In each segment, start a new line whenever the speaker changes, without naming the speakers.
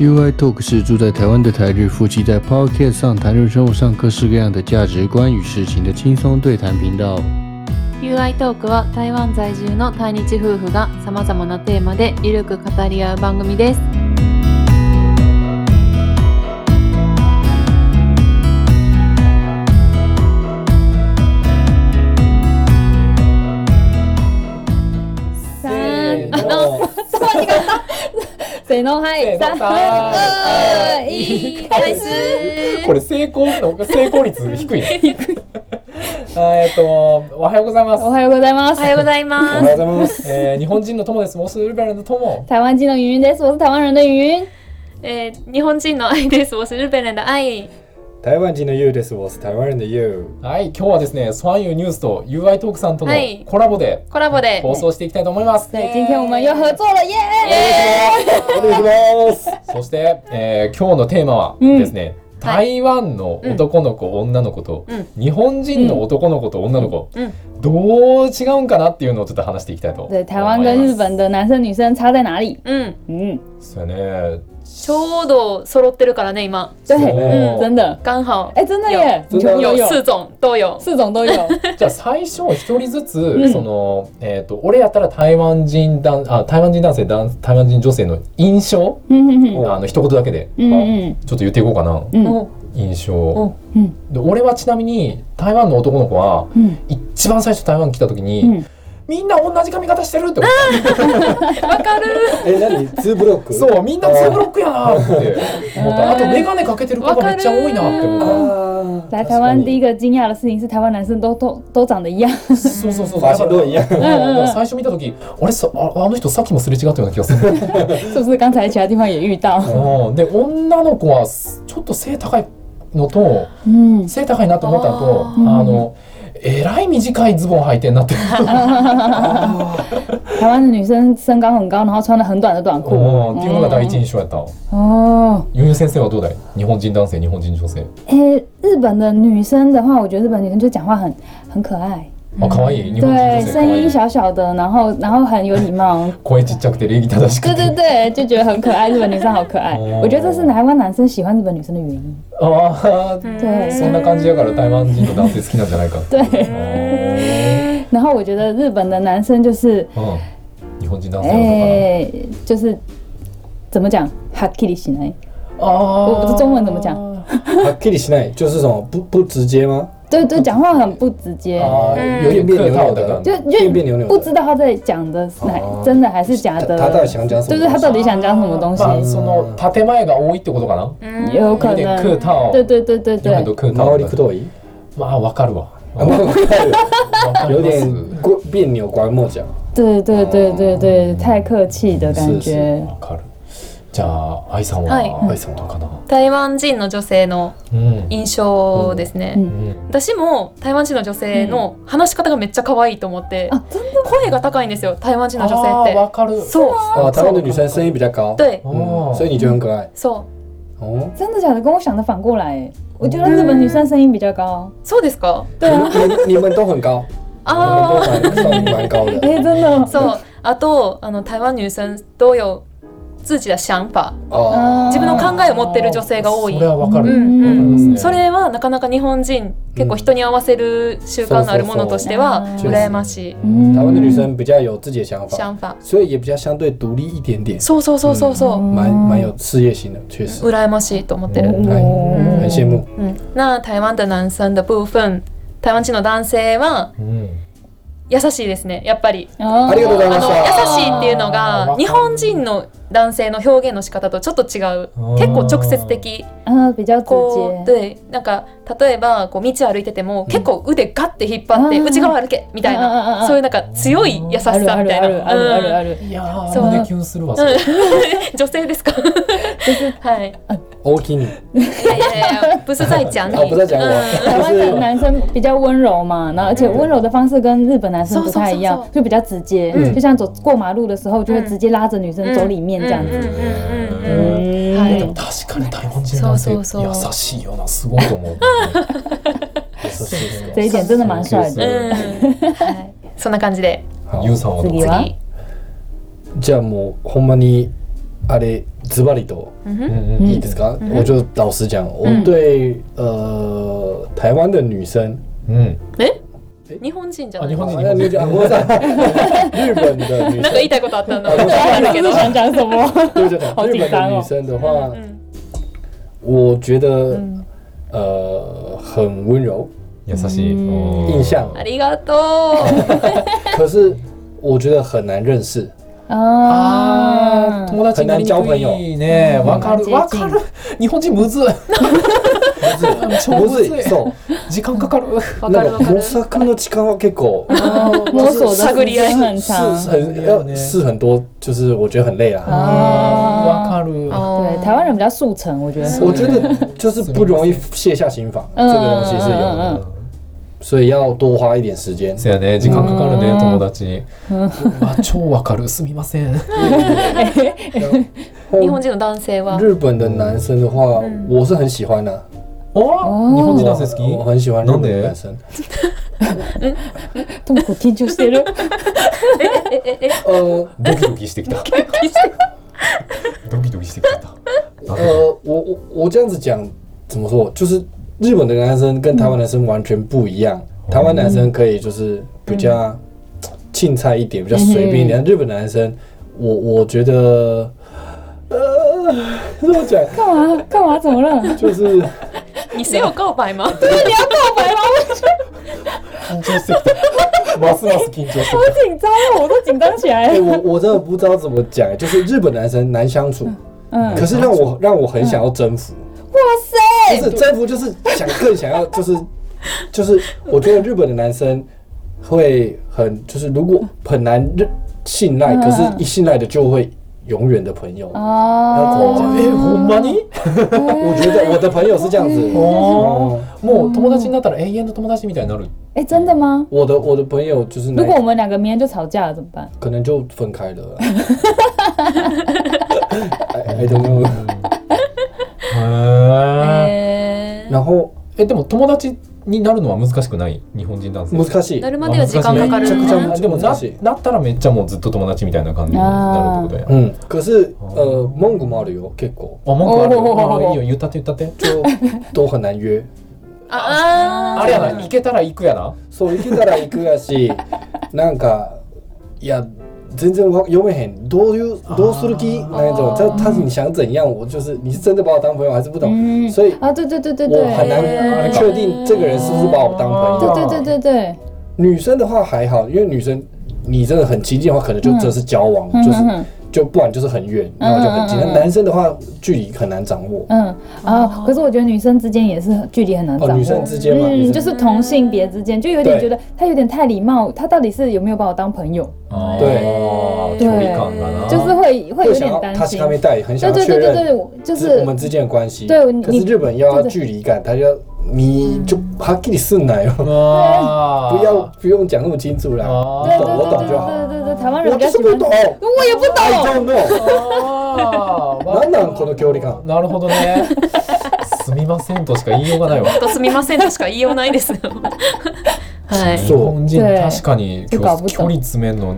UI Talk 是住在台湾的台日夫妻在 Podcast 上谈论生活上各式各样的价值观与事情的轻松对谈频道。
UI トークは台湾在住の対日夫婦がさまざまなテーマでゆるく語り合う番組です。さーんあのせーのはい
せーのは
三
い
二一
はい
開始
これ成功の成功率低い ね。あえっとおはようございます。
おはようございます。
おはようございま
おは
す
ようございます。えー日本人の友です。モスウルベルの友。
台湾人的云云です。我是台湾人的云云。
えー日本人の愛です我是日本人的愛
台湾人の You です。我是台湾人的 You。
はい、今日はですね、ソワンユーニュースと UI トークさんとの
はい
コラボで
コラボで
放送していきたいと思います。
对，今天我们又合作了耶！
お願いします。
そして、えー今日のテーマは
うん
ですね、台湾の男の子、女の子と、
うん
日本人の男の子と女の子、
うん
どう違うんかなっていうのをちょっと話していきたいと思いま
对，
す。
台湾跟日本的男生女生差在哪里？
うん
嗯，
そうよね。
ちょうど揃ってるからね今
对，
そう
真的，
刚好
哎，真的耶，
有真的
有四种都有
四种都有。
じゃあ最初一人ずつ、
ん
そのえっ、と俺やったら台湾人男あ台湾人男性男台湾人女性の印象、
嗯嗯嗯
あの一言だけでちょ
嗯
っと言っていこうかな
嗯嗯
お
印象、
嗯
で俺はちなみに台湾の男の子は
嗯
一番最初台湾来た時に、
嗯，
みんな同じ髪型してるって思っ
わか る
え、なに、ツーブロック。
たそうみんなツーブロックやなって思っ
あー
たあと眼鏡かけてる子がめっちゃ多いなって思っ
あ
来台湾第一个惊讶的事情是台湾男生都都都长得一样。
たそうそうそ
あ。
う
ファッションどういや。
だからだから最初見た時あれさああの人さっきもすれ違ったような気がする
是不是刚才其他地方也遇到？
うんで女の子はすちょっと背高いのと
嗯，
背高いなと思ったのと
あ
ー
あのえらい短いズボン履いてんなって
台湾的女生身高很高，然后穿的很短的短
う
裤。嗯
んっていうのが第一印象やった
哦，
ゆうゆう先生はどうだい日本人男性日本人女性
诶，哎日本的女生的话，我觉得日本女生就讲话很很可爱，
あ可愛い日本人
对
女，性可
声
愛
音
い
小小的，然后然后很有礼 貌，
声ちっちゃくて礼儀正しく
对对
て
对，就觉得很可爱。日本女生好可爱，
哦
我觉得这是台湾男生喜欢日本女生的原因。
あー
对
そんな感じやから台湾人の男性好きなんじゃな いか
对，
あ
然后我觉得日本的男生就是，
ーうん日本人男性は
哎，就是怎么讲，哈基里型哎，
どうかなあ
我不是中文怎么讲
はっきりしない。就是这种不不直接吗？
对对，讲话很不直接，
哦
あー有点客套的感じ
就
别别扭
就
扭的
不知道他在讲的是哪
哦
真的还是假
他
的，
他到底想讲什
就是他
么？
到底想讲什么东西
ま。あその建前が多いってことかな
うん
有可
有点
能，
客
哦
套
对对对对
日本と
对，
空
回りくどい。
まあわかるわ。
あわかる
わか
有
ります
点过别扭管我讲。
对对对对对，太客气的感
是
觉。
わかる。じゃあ愛さん
はい
は愛さんはかな。
台湾人の女性の
うん。
印象ですね、
うん
うん
私も台湾人の女性の話し方がめっちゃ可愛いと思って、
あ啊真的
声が高いんですよ台湾人の女
あー
性っ
わかる。
てそう
啊，台湾的女生声音比较高。
对
嗯，所以你觉得很可爱。
そう
哦，
真的假的？跟我想的反过来，我
嗯
觉得日本女生声音比较高。
そうですか
你们你你们都很高，你
ああ
们都蛮算蛮高的。
哎，真的，
そうあとあの台湾女生都有自己的想法
哦，
自分の考えを持ってる女性が多い
それはわかる。
うん
わかりますね
それはなかなか日本人結構人に合わせる習慣のあるものとしては
うんそうそう
そう
羨ましい
嗯
台湾的女生比较有自己的想法，
想法
所以也比较相对独立一点点。
そうそうそうそうそ
蛮蛮有事业心的，确
う
实
羨ましいと思ってる、
嗯很羡慕。
うん、な台湾的男性的部分台湾人の男性は
うん。
優しいですねやっぱり
哦
ありがとうござい
あ
ま
の
した。
優しいっていうの
あーわか
が
る
日本人の男性の表現の仕方とちょっと違う結構直接的
嗯，比较直
こうで
接。
なんか例えばこう道歩いてても結構腕ガッて引っ張って
うん
内側歩けみたい
うんうんうんう
なんそういうなんか強い優しさみたいな
啊あるあるあるある
うん
ある。
いや
そう
ー胸キュンするわ。それ
女性ですかはい
我给你，
いやいやいや不是在讲你
哦，不再讲
台
我，
湾
就
的
是
男生比较温柔嘛，然后而且
嗯
温柔的方式跟日本男生不太
嗖
一
嗖嗖
样
嗖，
就比较直接，
嗯
就像走过马路的时候就会
嗯
直接拉着女生走里面这样
うんうんう
子。
んうんうん
嗯，
はい
でも確かに台湾人男性
そうそうそう
優しいよなすごいと思う。
这一点真的蛮帅的。
うんはいそんな感じで
好
ゆうさんはどう
次は
次
じゃあもうほんまにあれズバリと
嗯哼，
嗯
いいですか？我就老实讲，我对呃台湾的女生，
嗯
日本人じゃ
あ
な
日
い。
本人
啊
日
你
本
讲
人
我在日本的女生
なんか，言いたいことあったんだ。
あごめんな
あるけど。
想讲什么？
对对对，
好
日
紧
本
张
的
哦
女生的话，
嗯
我觉得呃很温柔，
優しい
うん
印象
ありがとう。
可是我觉得很难认识。
啊，
友達になりに
很
く
难交朋
いねわかる
うん
わかる日本人むずい超む
不
ず
是
い，
そう、
時間かかる
わか
那
るわ
个
か
模
る。
索の時間は結構
摸索的
探
时
り合い
间很
是
长。
很要试很多，就是我觉得很累啦。
わか
啊，
る
对，台湾人比较速成，我觉得。
我觉得就是不容易卸下心防，这个东西是有
嗯
的，
嗯
所以要多花一点时间。
せやね時間かかるね
うん
友達にうわ超わかるすみません
嗯
日本人の男性は。
日本的男生的话，
嗯
我是很喜欢的、
お日本人男性
我
好
很喜欢日本的男生。
痛苦听して る。
ええええ。
呃
きドキドキしてきたドキドキしてきた
呃，我我我这样子讲怎么说？就是日本的男生跟台湾男生完全不一样。台湾男生可以就是比
嗯
较青菜一点，比较随便一点。日本男生，我我觉得，呃，怎么讲？
干嘛？干嘛？怎么了？
就是
你是有告白吗？
緊張してきたますます緊張してきた
好紧张哦，我都紧张起来
哎、
了。
我我真的不知道怎么讲，哎就是日本男生难相处，
嗯
可是让我让我很想要征服。
哇塞！
不是征服，就是想更想要， 就是就是，我觉得日本的男生会很就是，如果很难认信赖，
嗯
可是一信赖的就会永远的朋友。要怎
哦，
么讲？
えほんまに
我觉得我的朋友是这样子。
哦
哦，
もう友達になったら永遠の友達みたいになる
哎，真的吗？
我的我的朋友就是那
如果我们两个明天就吵架了怎么办？
可能就分开 了。I I don't know。
へえ
え
然后
えでも友達になるのは難しくない日本人男性
難し
ー。
い
な。るまでは時間かかる。
めちゃくちゃ難しい
でもななったらめっちゃもうずっと友達みたいな感じになるってことや
嗯，可是呃，蒙古猫旅游結構
あ文句ある
おー
あいいよ言ったって言ったって
就都很难 约。
ああ。
あれやな行けたら行くやな
そう行けたら行くやしなんかいや全然わ読めへんどういうどうする気那一种他他你想怎样我就是你是真的把我当朋友还是不懂
嗯
所以
啊，对对对对
我很
对，
难确定这个人是不是把我当朋
对
友
对对对对，
女生的话还好因为女生你真的很亲近的话可能就真的是交往
嗯
就是
嗯
就不然就是很远那我就很近
嗯嗯嗯嗯
男生的话距离很难掌握
嗯啊，可是我觉得女生之间也是很距离很难
哦
掌
女生
握。
之间嘛
嗯，
女
就
生
是同性别之间，就有点觉
对
得他有点太礼貌，他到底是有没有把我当朋友，
あー
对
对
距離感がな
就是会会
啊会
有
想
点
要
担
他是
心
咖。啡带很想
对对
要确
对对
认
对，我就
就是
是
我们之间的关系。
对你
可是日本要距离感，他要你就はっきりすんなよ，
あ
嗯
ー
哦不要不用讲那么清楚啦。
あ
对对
我
对
懂我
对
懂就好。
对对对，台湾人
我
比较
就是
喜
不
欢
懂，
我也不
I
懂。
don't know。
あー
なんなんこの距離感。
なるほどねすみませんとしか言いようがないわ
本当すみませんとしか言いようないですよ。はい。
日本人
そう
確かに距
てかぶ
離
っ
距離詰めんの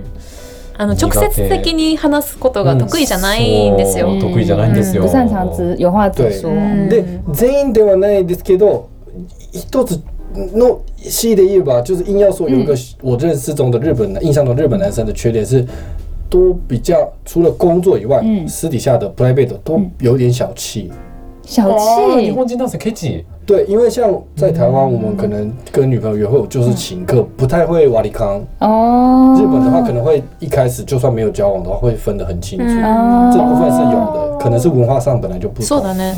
あの直接的に話すことが得意じゃないんですよ。
そう得意じゃないんですよ
不擅长直有话直说。
うん
で全員ではないですけど、一つの C で言えば就是硬要说有一个我认识中的日本男印象中日本男生的缺点是。都比较除了工作以外，
嗯
私底下的 private 都有点小气。
小
哦
あー日
气，
本人男性ケチ
对，因为像在台湾，我们可能跟女朋友约会，我就是请客，不太会瓦里康。
哦，
日本的话，可能会一开始就算没有交往的话，会分得很清楚。
嗯
哦
这部分是有的，可能是文化上本来就不
そう
同。
だね。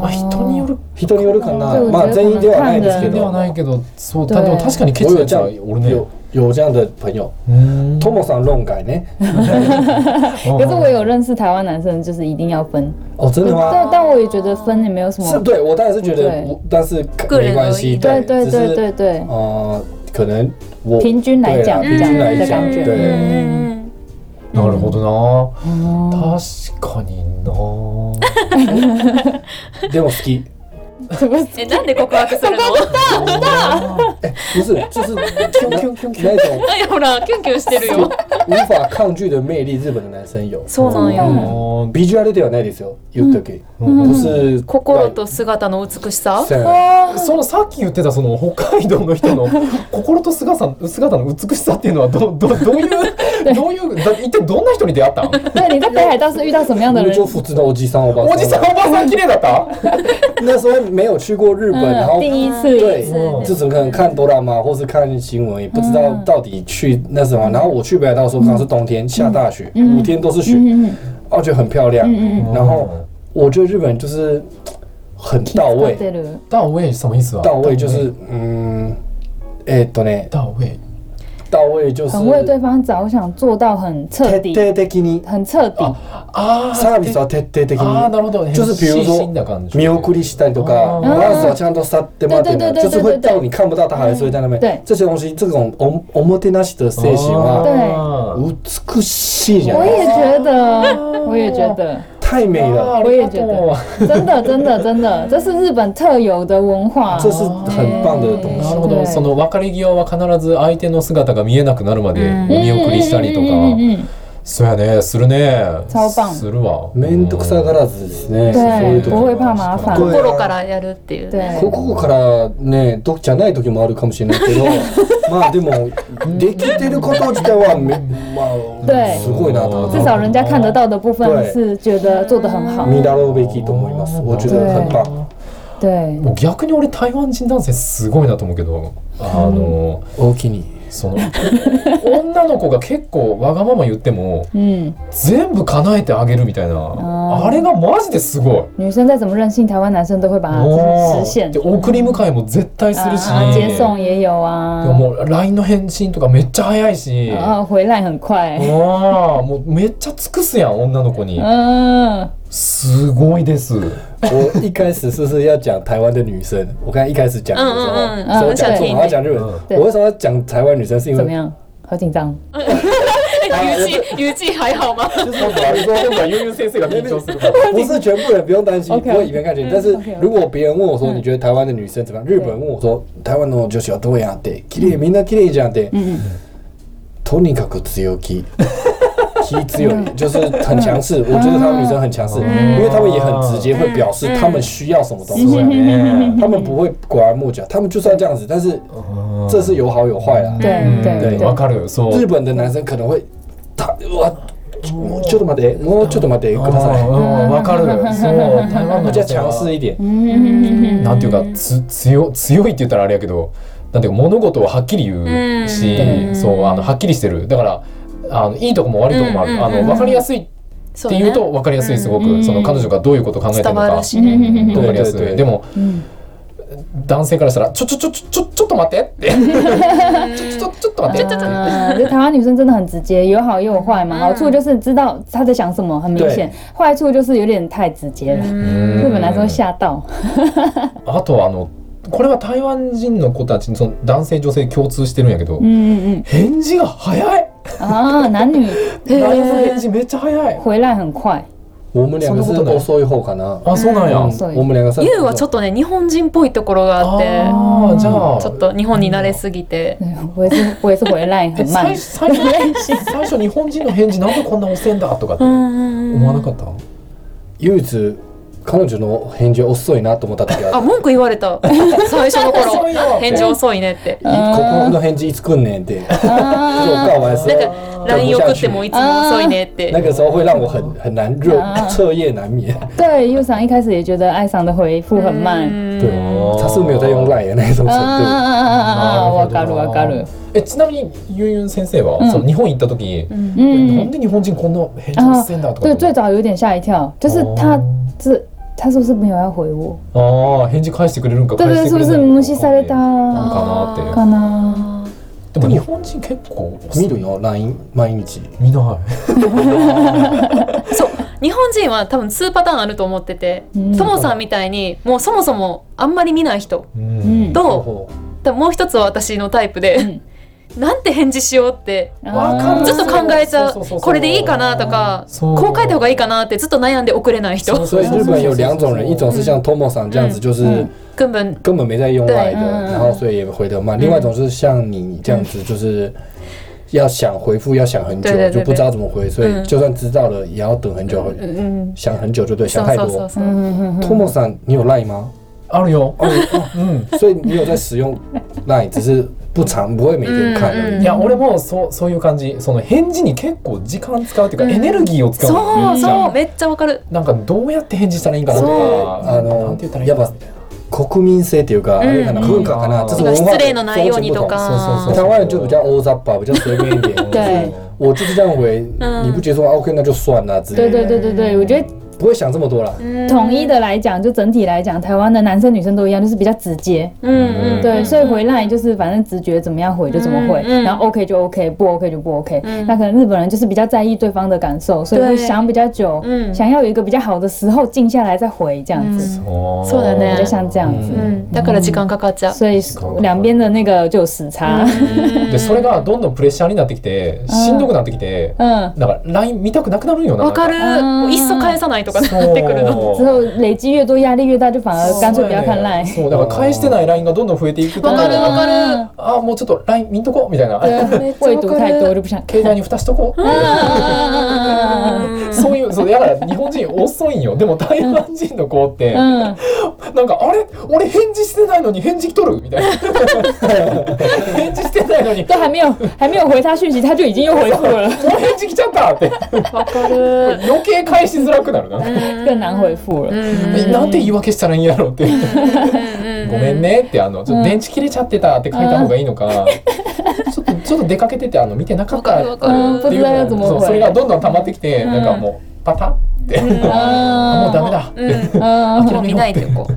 まあ人による
人によるかな
对，我
まあ
觉得
全員で
可
は
能
ない
看
ですけ
では
ど
人，
ないけどそう
对
だでも確かにケ
我
チなやつは
有这样
俺ね
有有这样的朋友，
うーん
トモさん論外ね。
可是我有认识台湾男生，就是一定要分，
哦，真的吗？
但但我也觉得分也没有什
是
么，
对我当然是觉得
对
我，但是
个人
没关系，
而已
对对
只
对
是
对对，
呃，可能我
平均来讲
对啊平均来
这
讲
样，的感觉
对。
嗯
なるほどな
哦，
確かにな
でも好き。
潰す。
え、なんで告白するの
不是， 就是那种
はい、ほら、キュンキュンしてるよ。
无法抗拒的魅力，日本的男生有。
そうなん
あ
よ。
ー
ビジュアルではないですよ。言ったけ、
嗯
不是
心と姿の美しさ
せん
啊
そのさっき言ってたその北海道の人 の心と姿姿の美しさっていうのはどどどうい うどういうだ一体どんな人に出会ったん
对，你在北海道是遇到什么样的
你
人？
就不知道おじさんおばさん。
おじさんおばさん綺麗だった
那时候没有去过日本，然后
嗯，第一次，嗯
对
嗯，
就只可能看哆啦 A 或是看新闻，也不知道到底去那什么。然后我去北海道的时候，刚好是冬天，下大雪，五天都是雪，
嗯嗯
哦，就很漂亮。
嗯嗯，
然后我觉得日本就是很到位，
对了，
到位什么意思啊
到位就是嗯，哎，懂嘞，
到位
到位就是
很为对方着想，做到很彻底，
徹底的に
很彻底。
啊
あー
サービスは徹底的
あーな
に
るほど
就是比如
细
说
心的感觉
見送りしたりとか
哦，
那时候ちゃんと去って待って
对对对
る
对
就是会到你看不到他还是会在那边。
嗯对
这些东西，这种おおもてなし的精神は
あー
美しいじゃ
我
ない
也觉得，我也觉得，
太美了，
我也觉得，真的真的真的，这是日本特有的文化。
这是很棒的东
な
西。
るほど
对
その別れ際は必ず相手の姿が見えなくなるまで
うん
お見送りしたりとか
啊
嗯嗯，
そうやねするね
超棒
するわ
めんどくさがらずですね。そういう
对，
と
不
こ
会怕麻烦
こ。れ
心からやるっていうね。
对，
ここからね、どじゃない時もあるかもしれないけど、まあでもできてること自体はめまあ
对
すごいなと。
至少人家看得到的部分
对
是觉得做得很好。
見習うべきと思います。我觉得很棒。
对，
もう逆に俺台湾人男性すごいなと思うけどあの、
大きに。
そ の女の子が結構わがまま言っても
嗯，
全部叶えてあげるみたいな
あー
あれがマジですごい
女生再怎么任性，台湾男生都会把它
哦
就是实现。
で送り迎えも絶対するし、
啊，接送也有
で
啊
も，もう LINE の返信とかめっちゃ早いし、あ
啊，回来很快。
あもうめっちゃ尽くすやん女の子に
嗯，
すごいです
我一开始是不是要讲台湾的女生？我刚才一开始讲的时候，
嗯嗯
嗯
所以我讲
嗯
错，
对
我要讲日本。
对
我为什么要讲台湾女生？是因
怎么
为
样？好紧张。
ゆうち、ゆうち还好吗？
就是我本来说日本
悠悠先生が緊張する
不是全部人不用担心，不
OK
会以偏概全。但是
OK，OK
如果别人问我说你觉得台湾的女生怎么样，日本人问我说台湾の女子はどうやって綺麗みんな綺麗じゃんって，
嗯
とにかく強気。気強い就是很强势，我觉得他们女生很强势，
嗯
因为他们也很直接，会表示他们需要什么东
そうや
西，
ね
他们不会拐弯抹角，他们就是要这样子。但是这是有好有坏啦。
对对
对
对，
わかるそう
日本的男生可能会，他我我ちょっと待って、もうちょっと待ってください。
うんわかるそう台湾の女
比较
性
强
は
势一点，
嗯
なんていうかつ強強いって言ったらあれやけどなんていうか物事をはっきり言うし、
うん
そうあのはっきりしてるだからあのいいとこも悪いとこもある、
うんうんうん
あの分かりやすいって
そ
言うと分かりやすいすごく、
うん
その彼女がどういうことを考えてるの
伝わ
か
るしね。
ん
分かりやすい、
うんうんうん
でも
嗯
男性からしたら「ちょちょちょちょちょちょっと待って」 って「ちょちょちょっと待って」
啊，就台湾女生真的很直接，有好也有坏嘛。好处就是知道她在想什么，很明显；坏处就是有点太直接了，
うん
日本男生会吓到。
あとあのこれは台湾人の子たちにその男性女性共通してるんやけど、
嗯嗯
返事が早い
嗯，啊，男女
LINE の返事めっちゃ早い
回来很快。
我们两个是
そんなことない
遅い方かな。
あそうなんや、
う
うんん
遅い
我们两个是。
ゆうはちょっとね、日本人っぽいところがあって。
ああじゃあ
ちょっと日本に慣れすぎて。
对，我也是，我也是回来
え
很慢
最。最初最初日本人の返事なんでこんな遅いんだとかって思わなかった
唯一彼女の返事遅いなと思った時
あ、
は、こ
文句言わ れた。最初の頃。返事遅いねって。
この返事いつ来んねんって。
啊
我告完是
なんか LINE 送ってもいつも遅いねって。
那个时候会让我很很难热彻夜难眠。
对，右赏一开始也觉得艾赏的回复很慢。嗯
对，他是没有在用 LINE 的那种程
嗯嗯嗯嗯
度。
嗯，我
なるほど
嘎鲁我嘎鲁。
えちなみにユンユン先生は、その日本行った時、なん
嗯，
で日本人こんな返事
啊
遅いんだと，か
对，
って
最早有点吓一跳，就是他
哦
是他是不是没有要回我？
ああ返事返してくれるんか
对
返
对，是
してく
不
れない
是
の
無
か
視された
なんかな
か
っ
な？
てでも日本人結構遅い
見るの LINE 毎日。
見ない
そう日本人は多分2パターンあると思ってて、
うん
ともさんみたいにもうそもそもあんまり見ない人
う
うん
ん
ど
と、多分もう一つは私のタイプで、
ん
なんて返事しようって
わかる
ずっと考えち
そうそ
ゃ
うそうそう
うこれでいいかなとか
そう
こう書いた方がいいかなってずっと悩んで送れない人
所以日本有两种人，一种是像 Tomo 桑这样子，就是
嗯
根本
根本没在用赖的，
对嗯嗯
然后所以也回得慢；另外一种就是像你这样子，就是要想回复要想很久
对对，对
就
对
不知道怎么回，所以
嗯
就算知道了也要等很久，
うん
想很久就对，
そ
想
う
太
そうそう
多。
そう
Tomo 桑，你有赖吗？
あるよ。うん。
所以你有在使用 赖，只是不常不会每天看而
嗯嗯
い
已。
や俺もそうそういう感じその返事に結構時間使うっていうか、
うん
エネルギーを使うの
そ
めっちゃ
うそうめっちゃわかる
なんかどうやって返事したらいいんかなと
嗯
そう
か
あの
なんて言ったらいいんだろうみたいな
国民性っていうか、あれかな
うん
文化かな、
うん
这是
なんか
文化
嗯失礼のないようにとか
そうそうそう
台湾人就比较 o z a p 比较随便一 点。
对
我就是认为
嗯
你不接受、OK，那就啊算了之
对
类的，
对对对对，我觉得
不会想这么多啦。
うん
统一的来讲，就整体来讲，台湾的男生女生都一样，就是比较直接。
うんうん
对，所以回来就是反正直觉怎么样回就怎么回，
嗯嗯
然后 OK 就 OK，不 OK 就不 OK。
嗯
那可能日本人就是比较在意对方的感受，所以会
对
想比较久，
嗯
想要有一个比较好的时候静下来再回这样子，
そ
そうだね
比较像这样子。
うんだから時間かかっちゃう
所以两边的那个就有时差。
でそれがどんどんプレッシャーになってきてしんどくなってきて
嗯，
だから LINE 見たくなくなるんよな
わかる
うん
もういっそ返さないとか
なんか
なってくるの
そう
之后累积越多，压力越大，就反而干脆不要看赖。
そうだから返してない LINE がどんどん増えていくと
わかるわかる
ああもうちょっと LINE 見んとこみたいな
めっ
对，未
ちゃわ
读
か
太
る
多就不想看
携。帯に蓋しとこう
うん
そういうそうだから日本人遅いんよでも台湾人の子って
嗯，
なんかあれ俺返事してないのに返事来とるみたいな返事してないのに
都还没有还没有回他讯息，他就已经又回复了，
もう返事来ちゃったって
わかる
余計返しづらくなるな、
更难回复了。
えなんて言い訳したらいいんやろうってごめんねってあのちょっと電池切れちゃってたって書いた方がいいのか、ちょっとちょっと出かけててあの見てなかった
わかるわ
って
かる
いう
嗯うん不在だと思う
そうそれがどんどん溜まってきて、
ん
なんかもうパタって、あもうダメだ、
うん
嗯，
もう見ないでおこう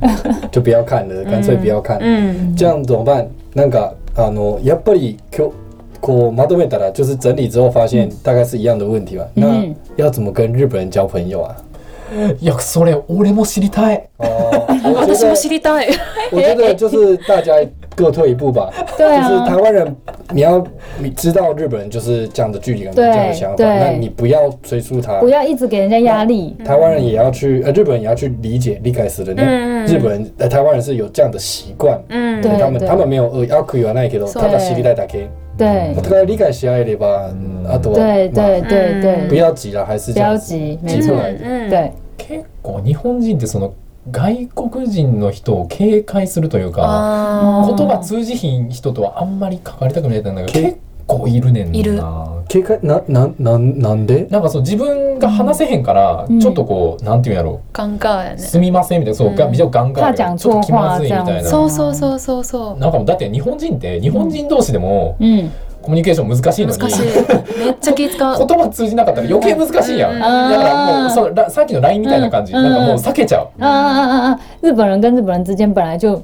就不要看了，干脆不要看。
うん
这样怎么办？啊なんかあのやっぱり今日こうまとめたら就是整理之后发现大概是一样的问题吧。那
嗯
要怎么跟日本人交朋友啊？
いやそれ俺も知りたい
哦，我
私
觉
も
得
知りたい
我觉得就是大家各退一步吧。
对
就是台
啊，
湾人，你要你知道日本人就是这样的距离感，这
对
样的想法，
对
那你不要催促他
不。要一直给人家压力。
台湾人也要去，呃，日本人也要去理解理解死人。
嗯嗯
日本人，呃，台湾人是有这样的习惯，
うん
对
他们
对
他们没有恶意，要可以那一个都，
そう
他的习力在打开，
对
他概理解起来的吧，嗯啊多，
对对
嘛
对
不
对，
要急了，还是
不
这
要
样子，
急，没
急
错
过，来的。
うん
对，
結構日本人ってその外国人の人を警戒するというか
あ
言葉通じひん人とはあんまり関わりたくないんだけど
け
結構いるねんない
る
可以看，那那那那的，
なんかそう自分が話せへんから、
うん
ちょっとこうなんていうんやろ
ーガンガーや
う、
ね
すみませんみたいなそう、が
うん
比較ガンガンある
怕讲
ちょっと気まずいみ
错话
たい
这
な
样子
そうそうそうそうそ
なんかもうだって日本人って日本人同士でも
嗯，
コミュニケーション難しいうのに
難しいめっちゃ気使
言
う
葉通じなかったら余計難しいやん、
うん
だからもうそうらさっきの LINE みたいな感じ、
うん
なんかもう避けちゃう、
啊啊啊啊啊！日本人跟日本人之间本来就。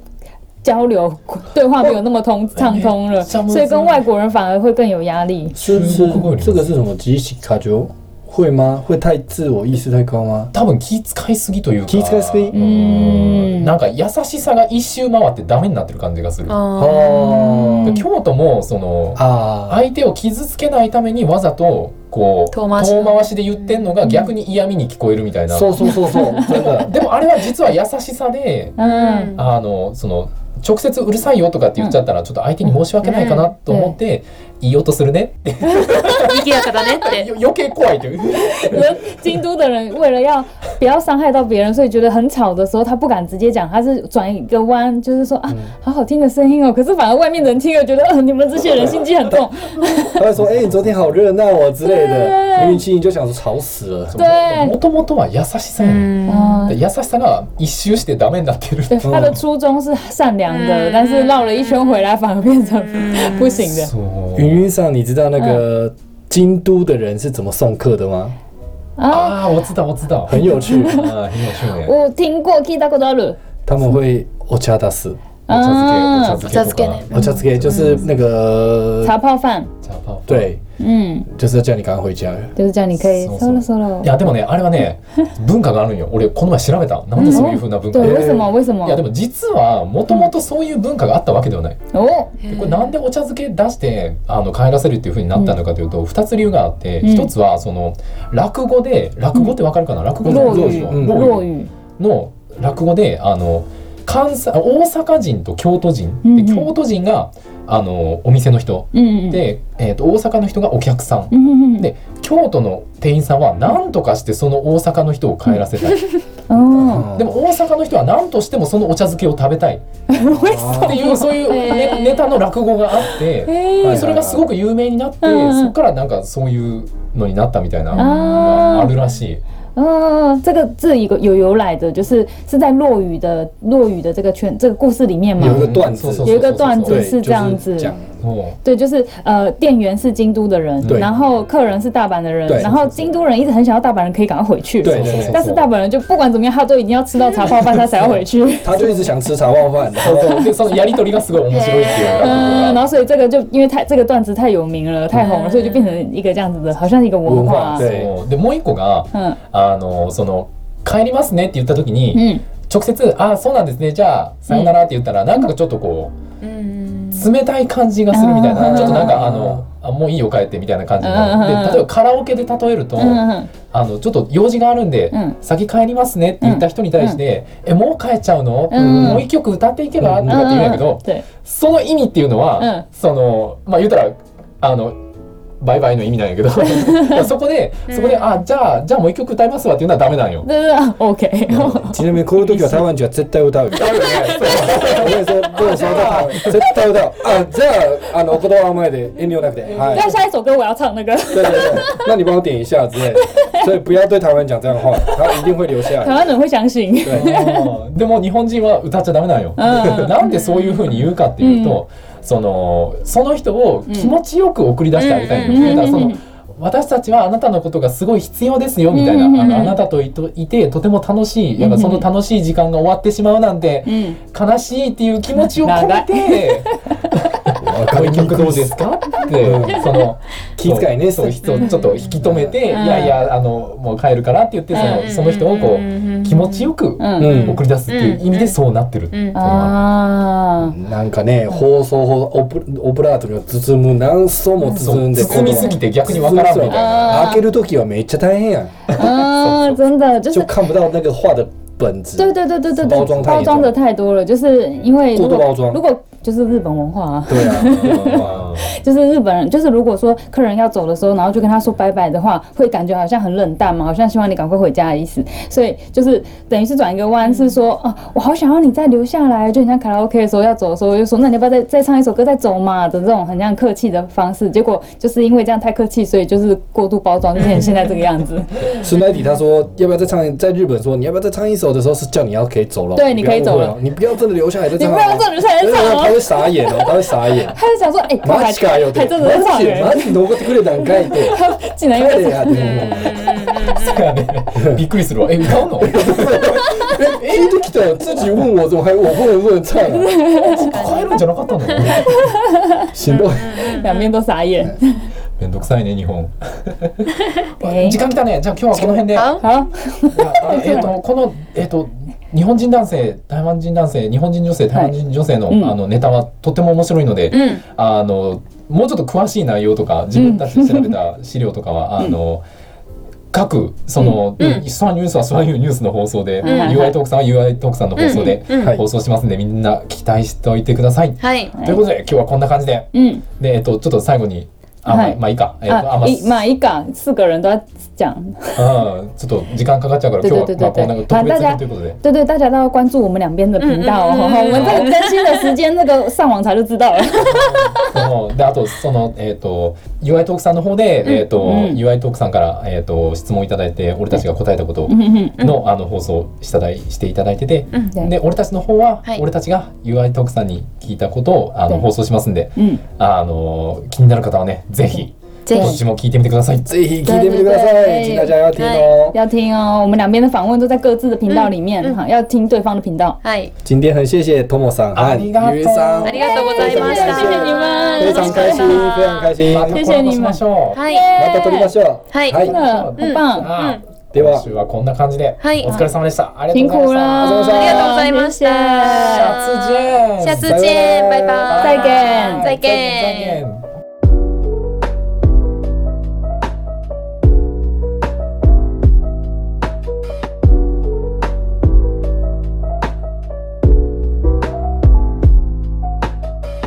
交流对话没有那么通畅通了，所以跟外国人反而会更有压力。
是
中
是
国人
这个是什么？集体卡就会吗？会太自我意识太高吗？
多分気遣いすぎというか
気遣いすぎうん
なんか優しさが一周回ってダメになってる感じがする
あ
哦
で京都もその
啊，
相手を傷つけないためにわざとこう
遠回しの
しで言ってんのが逆に嫌味に聞こえるみたいな、
そうそうそう そう、真的。
でもあれは実は優しさで
ー
嗯，
あのその直接うるさいよとかって言っちゃったらちょっと相手に申し訳ないかなと思って、いい音するねって
賑やかだねって
よ余計怖いという
人京都的人为了要不要伤害到别人，所以觉得很吵的时候，他不敢直接讲，他是转一个弯，就是说啊，好好听的声音哦。可是反而外面的人听了觉得，呃，你们这些人心机很重。
他会说：“哎、你昨天好热闹哦之类
对
的。”明明心里就想说吵死了。
对
もともとは優しさ
う
やねん
ん
啊
で、優しさが一周してダメになってる
对，他的初衷是善良的，但是绕了一圈回来反而变成不行的
そう
云云上，你知道那个京都的人是怎么送客的 吗？
啊。
ああ我知道我知道
很有趣，
あー很有趣ね
我听过 k i t a k o d a r
他们会 o c h a d a s
お茶漬け、
あ
お茶漬けと
お茶漬
か。
我家之给就是那个
茶泡饭，
茶泡飯
对，
嗯，
就是要叫你赶快回家。
就是这样，你可以
そう
solo
そう
solo
い。やでもねあれはね文化があるんよ俺この前調べたなんでそういう風な文化が
对，
え
为什么？为什么
い？やでも実はもともとそういう文化があったわけではない。
哦，
でこれなんでお茶漬け出してあの帰らせるっていう風になったのかというと2つ理由があって
うん
1つはその落語で落語ってわかるかな落語の
落
落
語
語落語
うん
落语，
の落語であの関西大阪人と京都人
うんう
で
ん
京都人があのお店の人
嗯嗯嗯
で、えー、と大阪の人がお客さん
嗯嗯嗯
で京都の店員さんは何とかしてその大阪の人を帰らせたい。
哦，
でも大阪の人は何としてもそのお茶漬けを食べたいっていうそういう
へー
ネネタの落語があって
はい
それがすごく有名になって
うんうん
そこからなんかそういうのになったみたいなのがあ
啊
るらしい。
啊，这个字有有由来的，就是是在落语的落语的这个圈这个故事里面嘛
有。个段子
そうそうそうそう
有一个段子
对，
是这样子
就是讲
も
对，就是呃，店员是京都的人，
对
然后客人是大阪的人
对，
然后京都人一直很想要大阪人可以赶快回去，
对
うそうそうそう
但是大阪人就不管怎么样，他都一定要吃到茶泡饭，他才要回去。
他就一直想吃茶泡饭，然
そうそ
后
うでそのやりとりがすごい面白いっていう落語が
嗯，然后所以这个就因为太这个段子太有名了，太红了，所以就变成一个这样子的，好像是一个文化啊。
文化对
そうでもう一個が
嗯
あのその帰りますねって言った時に
嗯，
直接「あそうなんですねじゃあさよなら」って言ったらなんかちょっとこう。
うん
冷たい感じがするみたい
あ
な
ー
ちょっとなんかあのあもういいよ帰ってみたいな感じにな
うんうんう
る
ん
で例えばカラオケで例えると、
嗯嗯
あのちょっと用事があるんで、
うん
先帰りますねって言った人に対して「えもう帰っちゃうの
うん
もう一曲歌っていけば?」とかって言うんやけ
嗯嗯，、
ど
对，
その意味っていうのは、
うん
そのまあ言うたらあのバイバイの意味なんやけど そこでそこで「あじゃあじゃあもう一曲歌いますわ」っていうのはダメなんよ。
对对对，OK。
其实没哭的多久，台湾就絶対歌うよ。我也说，不能说到絶対歌う。啊，这啊，我不知道卖的，音量那个， 嗨
那，下一首歌我要唱那个，
对对对，那你帮我点一下之类的。所以不要对台湾讲这样的话，他一定会留下
台
来。
湾人会相信。
でも日本人は歌っちゃダメなんよ。
うん
なんでそういうふうに言うかっていうと、そのその人を気持ちよく送り出してあげたいの、
うん
だからそ
うん
の私たちはあなたのことがすごい必要ですよみたいな、
うんうんうん
あのあなたといといてとても楽しいやっぱその楽しい時間が終わってしまうなんて
嗯，
悲しいっていう気持ちを込めて「こういう曲どうですか?」って
うん
その
気遣いね
そう人をちょっと引き止めて「い
うん
やいやあのもう帰るから」って言ってそのその人をこう気持ちよく
嗯
うん
送り出すっていう意味でそうなってるっていうのが
啊，
なんかね、放送放オプオブラートに包む何層も包んで、
そう包みすぎて逆にわからんみたい
な
開ける時はめっちゃ大変やん，
嗯，真的就。
就是看不到那个画的本质。
对对对对对
包装
对，
太严
包装的太多了，就是因为如
过度包
果
装
如果就是日本文化啊，
对啊，
あ
就是日本人，就是如果说客人要走的时候，然后就跟他说拜拜的话，会感觉好像很冷淡嘛，好像希望你赶快回家的意思。所以就是等于是转一个弯，是说啊，我好想要你再留下来，就很像卡拉 OK 的时候要走的时候，就说那你要不要再再唱一首歌再走嘛的这种很像客气的方式。结果就是因为这样太客气，所以就是过度包装，就变成现在这个样子。
孙奈迪他说要不要再唱一，在日本说你要不要再唱一首的时候是叫你要可以走了，
对
不
你
要
可以走了
误会哦，你不要真的留下来再
你
唱
不
哦，
要这留下来再
对
唱
他会
哦。。
傻眼哦，他会傻眼
他就想说，哎、欸，
マジかよって。
还真的在
マ
唱
ジ
人，
マジ残ってくれたんかいって。
竟然因
帰
为
れやって思う。
そうやねびっくりするわえ歌うの
え聞いてきたよ。自己問我怎么还我不能不能唱啊？
帰るんじゃなかったの
しんどい。
两边都傻眼。
めんどくさいね日本
OK
時間きたねじゃあ今日はこの辺で
あ
好，
あえっとこのえっと日本人男性台湾人男性日本人女性台湾人女性の
うん
あのネタはとても面白いので
うん
あのもうちょっと詳しい内容とか自分たちで調べた資料とかは、あの各その、ソワニュースはソワニュースの放送で、
んはいはい
UI トークさんは UI トークさんの放送で
うんうん
はい
放送しますんで、みんな期待しておいてください。
はい
ということで今日はこんな感じで
嗯。
で、えっと、ちょっと最後にあ、
はい
まあまあいいか、えっとあ
啊
ま、あ、
一马一港四个人都要讲，
うんちょっと時間かかっちゃうから
对
今日
对
は
对
ま
对
あこんな
对，
特別
家
編ということで。
对对大家都要关注我们两边的频道哦，
嗯嗯嗯嗯
我们这个更新的时间，那个上网查就知道了。
そうであとそのえっ、と UI トークさんの方で、えっ、と、
うん
UI トークさんからえっ、と質問いただいて俺たちが答えたことを
嗯
のあの放送しただいしていただいてて、
うん
对
で俺たちの方は、
はい
俺たちが UI トークさんに聞いたことをあの
うん
放送しますんで、
嗯，
あの気になる方はねぜひ
ぜ
ど
ひ
っちも聞いてみてください。
ぜひ聞いてみてくだ
对
さ
对
い，
对
请大家要听哦。
要听哦，我们两边的访问都在各自的频道里面，
嗯嗯
哈，要听对方的频道。
はい
今天很谢谢 Tomo 桑
あ
和
りがとう
云桑
あ，りがとうございました
谢谢
你们
非常开心，非常开心。
またコラボしましょう。
はい
また撮りましょう。
はい
はい
真的很棒，
あ
で
今
は
週。はこんな感じで、
はい
お疲れ様でした。あり
辛
がとうご
苦
ざいま
了，
した。
ありがとうございま
谢
した
谢
下次见
下次见バイバイ
再见
再
再
见
见。